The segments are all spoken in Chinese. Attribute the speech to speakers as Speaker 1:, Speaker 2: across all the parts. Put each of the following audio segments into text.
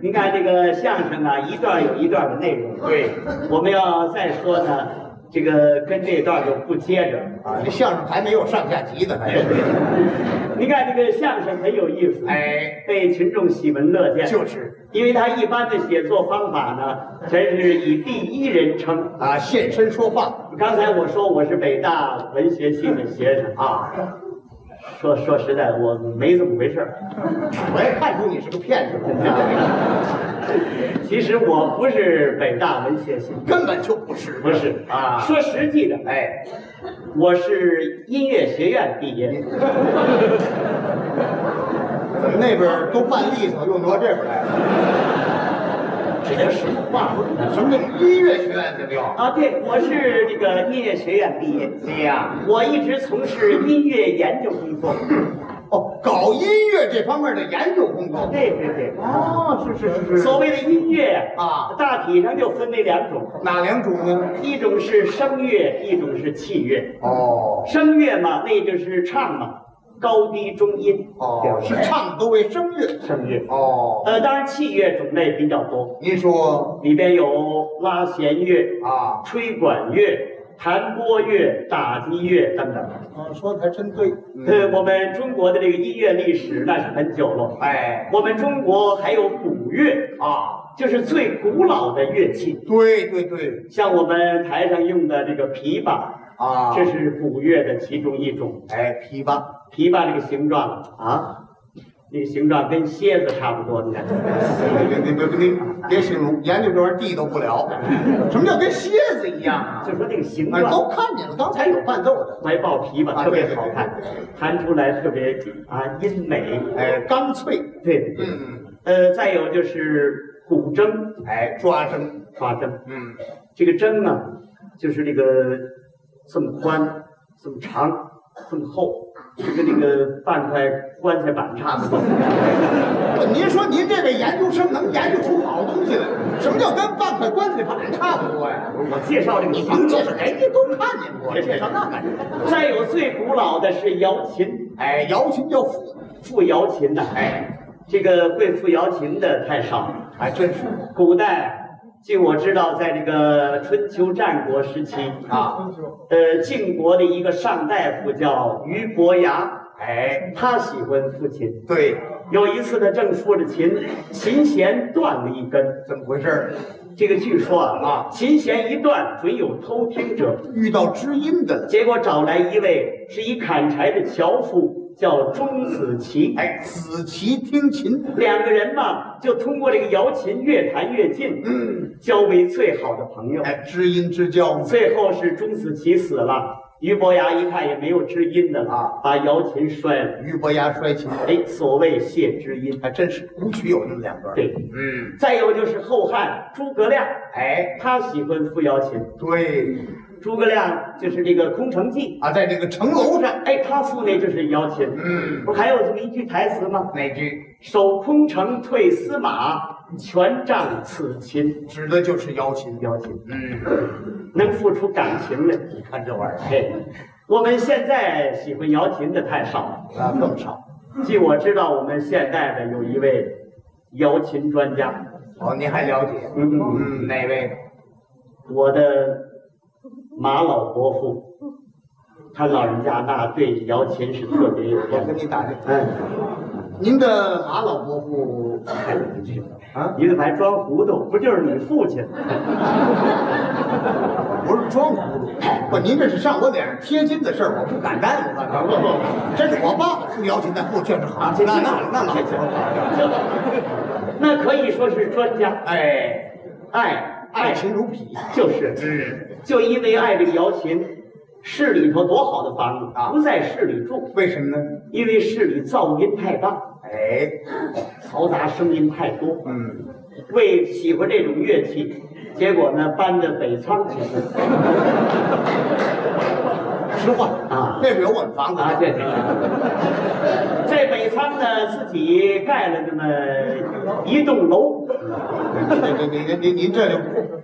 Speaker 1: 您看这个相声啊，一段有一段的内容。
Speaker 2: 对，
Speaker 1: 我们要再说呢，这个跟这段就不接着。
Speaker 2: 啊，这相声还没有上下级呢，还是
Speaker 1: 您看这个相声很有意思，
Speaker 2: 哎，
Speaker 1: 被群众喜闻乐见。
Speaker 2: 就是
Speaker 1: 因为他一般的写作方法呢，全是以第一人称。
Speaker 2: 啊，现身说话
Speaker 1: 刚才我说我是北大文学系的学生啊，
Speaker 2: 啊，
Speaker 1: 说说实在，我没这么回事儿。
Speaker 2: 我也看出你是个骗子了，
Speaker 1: 其实我不是北大文学系，
Speaker 2: 根本就不是，
Speaker 1: 不是
Speaker 2: 啊
Speaker 1: 说实际的，
Speaker 2: 哎，
Speaker 1: 我是音乐学院毕业，
Speaker 2: 怎么那边儿都办利索，又挪这边儿来了？这叫什么话？什么叫音乐学院的料？
Speaker 1: 啊，对，我是这个音乐学院毕业，
Speaker 2: 你哎呀、
Speaker 1: 我一直从事音乐研究工作。
Speaker 2: 哦，搞音乐这方面的研究工作。
Speaker 1: 对对对，
Speaker 2: 哦，是是是
Speaker 1: 所谓的音乐
Speaker 2: 啊
Speaker 1: 大体上就分为两种，
Speaker 2: 哪两种呢？
Speaker 1: 一种是声乐，一种是器乐。
Speaker 2: 哦
Speaker 1: 声乐嘛，那就是唱嘛，高低中音，对
Speaker 2: 哦
Speaker 1: 不，对
Speaker 2: 是唱都为声乐。
Speaker 1: 声乐。
Speaker 2: 哦，
Speaker 1: 呃，当然器乐种类比较多，
Speaker 2: 您说
Speaker 1: 里边有拉弦乐、
Speaker 2: 啊？
Speaker 1: 吹管乐、弹拨乐、打击乐等等。
Speaker 2: 啊，说的还真对。
Speaker 1: 呃，我们中国的这个音乐历史那是很久了。
Speaker 2: 哎
Speaker 1: 我们中国还有古乐，
Speaker 2: 啊，
Speaker 1: 就是最古老的乐器，
Speaker 2: 对对对
Speaker 1: 像我们台上用的这个琵琶，
Speaker 2: 啊，
Speaker 1: 这是古乐的其中一种。
Speaker 2: 哎琵琶
Speaker 1: 琵琶这个形状
Speaker 2: 啊，
Speaker 1: 那个形状跟蝎子差不多，你 看，
Speaker 2: 别别别别别形容，研究这玩意儿地道不了。什么叫跟蝎子一样啊？
Speaker 1: 就说这个形
Speaker 2: 哎，
Speaker 1: 状，
Speaker 2: 都看见了，刚才有伴奏的。
Speaker 1: 怀抱琵琶
Speaker 2: 啊
Speaker 1: 特
Speaker 2: 对
Speaker 1: 别好看
Speaker 2: 对对对，
Speaker 1: 弹出来特别啊音美。
Speaker 2: 哎，干脆。
Speaker 1: 对，
Speaker 2: 嗯，
Speaker 1: 呃，再有就是古筝，
Speaker 2: 哎，抓声。
Speaker 1: 抓筝，
Speaker 2: 嗯，
Speaker 1: 这个筝呢，就是这个这么宽、这么长、这么厚，就跟那个半块棺材板差不多。
Speaker 2: 不，您说您这位研究生能研究出好东西来？什么叫跟半块棺材板差不多呀？
Speaker 1: 我介绍这个
Speaker 2: 你
Speaker 1: 形
Speaker 2: 甭
Speaker 1: 状。
Speaker 2: 介绍，人家都看见过，介绍那干什么？
Speaker 1: 再有最古老的是瑶琴，
Speaker 2: 哎，摇琴叫父，
Speaker 1: 复瑶琴的，
Speaker 2: 哎，
Speaker 1: 这个会复瑶琴的太少了。
Speaker 2: 还真是
Speaker 1: 古代，据我知道，在这个春秋战国时期，
Speaker 2: 啊，
Speaker 1: 呃，晋国的一个上大夫叫俞伯牙，
Speaker 2: 哎，
Speaker 1: 他喜欢父亲。
Speaker 2: 对，
Speaker 1: 有一次，他正抚着琴，琴弦断了一根。
Speaker 2: 怎么回事儿？
Speaker 1: 这个据说啊，啊琴弦一断，准有偷听者。
Speaker 2: 遇到知音的了，
Speaker 1: 结果找来一位是一砍柴的樵夫，叫钟子期。
Speaker 2: 哎，子期听琴，
Speaker 1: 两个人嘛，就通过这个瑶琴越弹越近，
Speaker 2: 嗯，
Speaker 1: 交为最好的朋友。
Speaker 2: 哎，知音之交嘛，
Speaker 1: 最后是钟子期死了，俞伯牙一看也没有知音的了，
Speaker 2: 啊
Speaker 1: 把瑶琴摔了。
Speaker 2: 俞伯牙摔琴，
Speaker 1: 哎，所谓谢知音。
Speaker 2: 还真是古曲有那么两段，
Speaker 1: 对，
Speaker 2: 嗯，
Speaker 1: 再有就是后汉诸葛亮，
Speaker 2: 哎，
Speaker 1: 他喜欢傅瑶琴。
Speaker 2: 对，
Speaker 1: 诸葛亮就是这个《空城计
Speaker 2: 啊，在这个城楼上，》，
Speaker 1: 哎，他赋那就是瑶琴。
Speaker 2: 嗯，
Speaker 1: 不还有这么一句台词吗？
Speaker 2: 哪句
Speaker 1: 守空城退司马，权杖此琴。
Speaker 2: 指的就是瑶琴，
Speaker 1: 瑶琴
Speaker 2: 嗯，
Speaker 1: 能付出感情来。
Speaker 2: 你看这玩意
Speaker 1: 嘿，我们现在喜欢瑶琴的太少了。
Speaker 2: 儿啊，更少。
Speaker 1: 据我知道，我们现代的有一位瑶琴专家，
Speaker 2: 哦，您还了解？
Speaker 1: 嗯，
Speaker 2: 嗯，哪位？
Speaker 1: 我的马老伯父，他老人家那对瑶琴是特别有
Speaker 2: 我
Speaker 1: 研
Speaker 2: 跟
Speaker 1: 究。
Speaker 2: 你哎打听，
Speaker 1: 嗯，
Speaker 2: 您的马老伯父啊，
Speaker 1: 你怎么还装糊涂？不就是你父亲？
Speaker 2: 不是装糊涂，不，您这是上我脸上贴金的事儿，我不敢耽误了。不不，这是我爸爸父摇琴在父确实
Speaker 1: 啊
Speaker 2: 好，啊那那那老头
Speaker 1: 那可以说是专家，
Speaker 2: 哎，
Speaker 1: 爱
Speaker 2: 爱
Speaker 1: 爱
Speaker 2: 琴如匹，
Speaker 1: 就是，
Speaker 2: 嗯，
Speaker 1: 就因为爱这个瑶琴。市里头多好的房子
Speaker 2: 啊
Speaker 1: 不在市里住，
Speaker 2: 为什么呢？
Speaker 1: 因为市里噪音太大，
Speaker 2: 哎，
Speaker 1: 嘈杂声音太多。
Speaker 2: 嗯，
Speaker 1: 为喜欢这种乐器，结果呢搬到北仓去了
Speaker 2: 实话
Speaker 1: 啊
Speaker 2: 那边有我们房子
Speaker 1: 啊，对对对， 在北仓呢自己盖了那么一栋楼，
Speaker 2: 您您您您您这就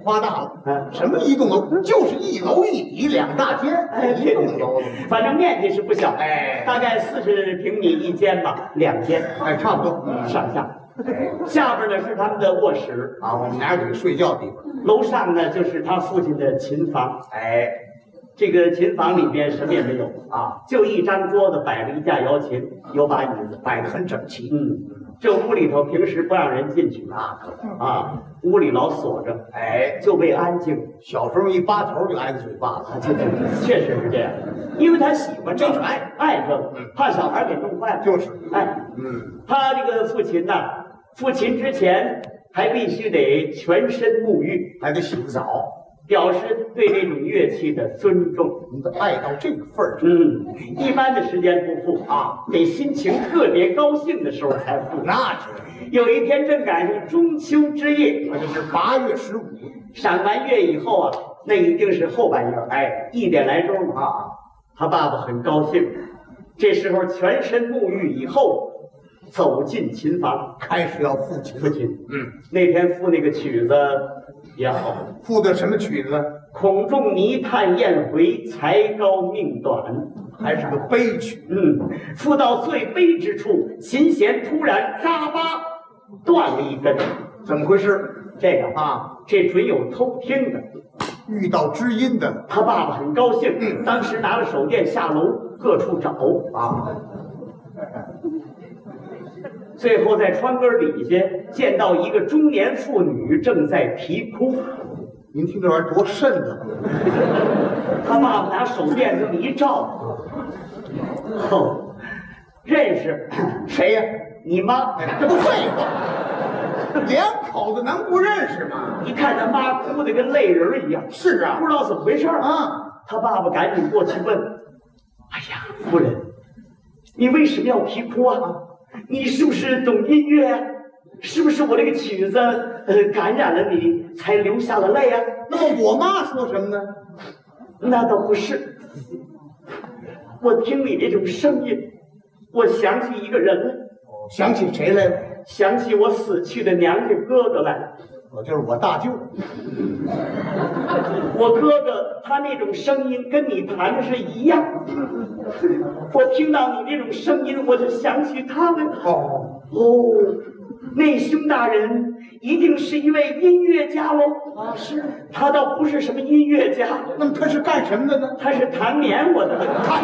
Speaker 2: 夸大了
Speaker 1: 嗯，
Speaker 2: 什么一栋楼，就是一楼一底两大间，哎
Speaker 1: 哎
Speaker 2: 一栋楼，
Speaker 1: 反正面积是不小，
Speaker 2: 哎
Speaker 1: 大概四十平米一间吧，两间
Speaker 2: 哎，差不多，嗯
Speaker 1: 上下。下边呢是他们的卧室，
Speaker 2: 啊，我们俩有一个睡觉的地方。
Speaker 1: 楼上呢就是他父亲的琴房。
Speaker 2: 哎，
Speaker 1: 这个琴房里边什么也没有，
Speaker 2: 啊，
Speaker 1: 就一张桌子摆着一架摇琴，有把椅子。
Speaker 2: 摆的很整齐
Speaker 1: 嗯，这屋里头平时不让人进去啊，
Speaker 2: 啊。
Speaker 1: 啊，屋里老锁着，
Speaker 2: 哎，
Speaker 1: 就为安静。啊
Speaker 2: 小时候一扒头就挨个嘴巴子，
Speaker 1: 这这确实是这样，因为他喜欢这
Speaker 2: 就是
Speaker 1: 个，
Speaker 2: 爱
Speaker 1: 爱这个，怕小孩给弄坏了。
Speaker 2: 嗯就是，
Speaker 1: 哎，
Speaker 2: 嗯，
Speaker 1: 他这个父亲呐、父亲之前还必须得全身沐浴，
Speaker 2: 还得洗个澡。
Speaker 1: 表示对这种乐器的尊重。
Speaker 2: 你都爱到这个份儿上，
Speaker 1: 嗯，一般的时间不付
Speaker 2: 啊，
Speaker 1: 得心情特别高兴的时候才付。
Speaker 2: 那是，
Speaker 1: 有一天正赶上中秋之夜，
Speaker 2: 那就是八月十五
Speaker 1: 赏完月以后啊，那一定是后半夜儿，哎，一点来钟啊，
Speaker 2: 啊。
Speaker 1: 他爸爸很高兴。这时候全身沐浴以后，走进琴房，
Speaker 2: 开始要付琴
Speaker 1: 父
Speaker 2: 了。
Speaker 1: 亲
Speaker 2: 嗯，
Speaker 1: 那天赋那个曲子也好，
Speaker 2: 付的什么曲子？
Speaker 1: 孔仲尼叹燕回，才高命短。
Speaker 2: 还是个悲曲。
Speaker 1: 嗯，赋到最悲之处，琴弦突然扎巴断了一根，
Speaker 2: 怎么回事
Speaker 1: 这个啊，
Speaker 2: 啊？
Speaker 1: 这准有偷听的。
Speaker 2: 遇到知音的
Speaker 1: 他爸爸很高兴，
Speaker 2: 嗯
Speaker 1: 当时拿着手电下楼各处找，
Speaker 2: 啊，
Speaker 1: 最后在窗根底下见到一个中年妇女正在啼哭。
Speaker 2: 您听这玩意儿多瘆得慌
Speaker 1: 他爸爸拿手电这么一照，
Speaker 2: 嗯
Speaker 1: 哦，认识 谁呀、你妈。
Speaker 2: 哎这不废话，两口子能不认识吗？
Speaker 1: 一看他妈哭得跟泪人一样，
Speaker 2: 是啊
Speaker 1: 不，知道怎么回事儿。
Speaker 2: 啊，
Speaker 1: 他爸爸赶紧过去问：“哎呀，夫人，你为什么要啼哭啊？你是不是懂音乐啊？是不是我这个曲子呃感染了你，才流下了泪啊？”
Speaker 2: 那么我妈说什么呢？
Speaker 1: 那倒不是，我听你这种声音，我想起一个人了。
Speaker 2: 想起谁来了？
Speaker 1: 想起我死去的娘家哥哥来了，
Speaker 2: 我就是我大舅，
Speaker 1: 我哥哥他那种声音跟你弹的是一样，我听到你这种声音，我就想起他们。
Speaker 2: 哦，
Speaker 1: 哦，那兄大人一定是一位音乐家喽。啊，是，他倒不是什么音乐家，
Speaker 2: 那么他是干什么的呢？
Speaker 1: 他是弹棉花的。
Speaker 2: 他